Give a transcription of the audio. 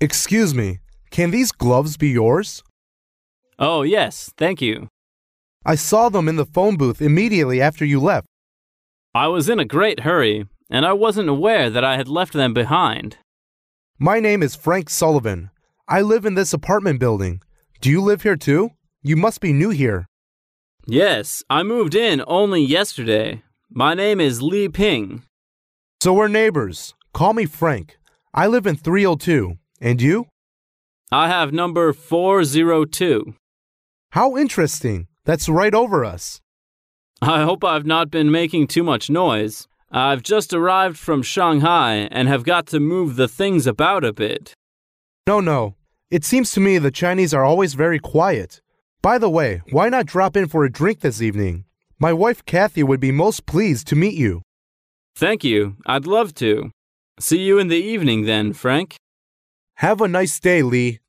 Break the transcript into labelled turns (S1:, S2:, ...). S1: Excuse me, can these gloves be yours?
S2: Oh, yes, thank you.
S1: I saw them in the phone booth immediately after you left.
S2: I was in a great hurry, and I wasn't aware that I had left them behind.
S1: My name is Frank Sullivan. I live in this apartment building. Do you live here too? You must be new here.
S2: Yes, I moved in only yesterday. My name is Li Ping.
S1: So we're neighbors. Call me Frank. I live in 302. And you?
S2: I have number 402.
S1: How interesting. That's right over us.
S2: I hope I've not been making too much noise. I've just arrived from Shanghai and have got to move the things about a bit.
S1: No, no. It seems to me the Chinese are always very quiet. By the way, why not drop in for a drink this evening? My wife Kathy would be most pleased to meet you.
S2: Thank you. I'd love to. See you in the evening then, Frank.
S1: Have a nice day, Lee.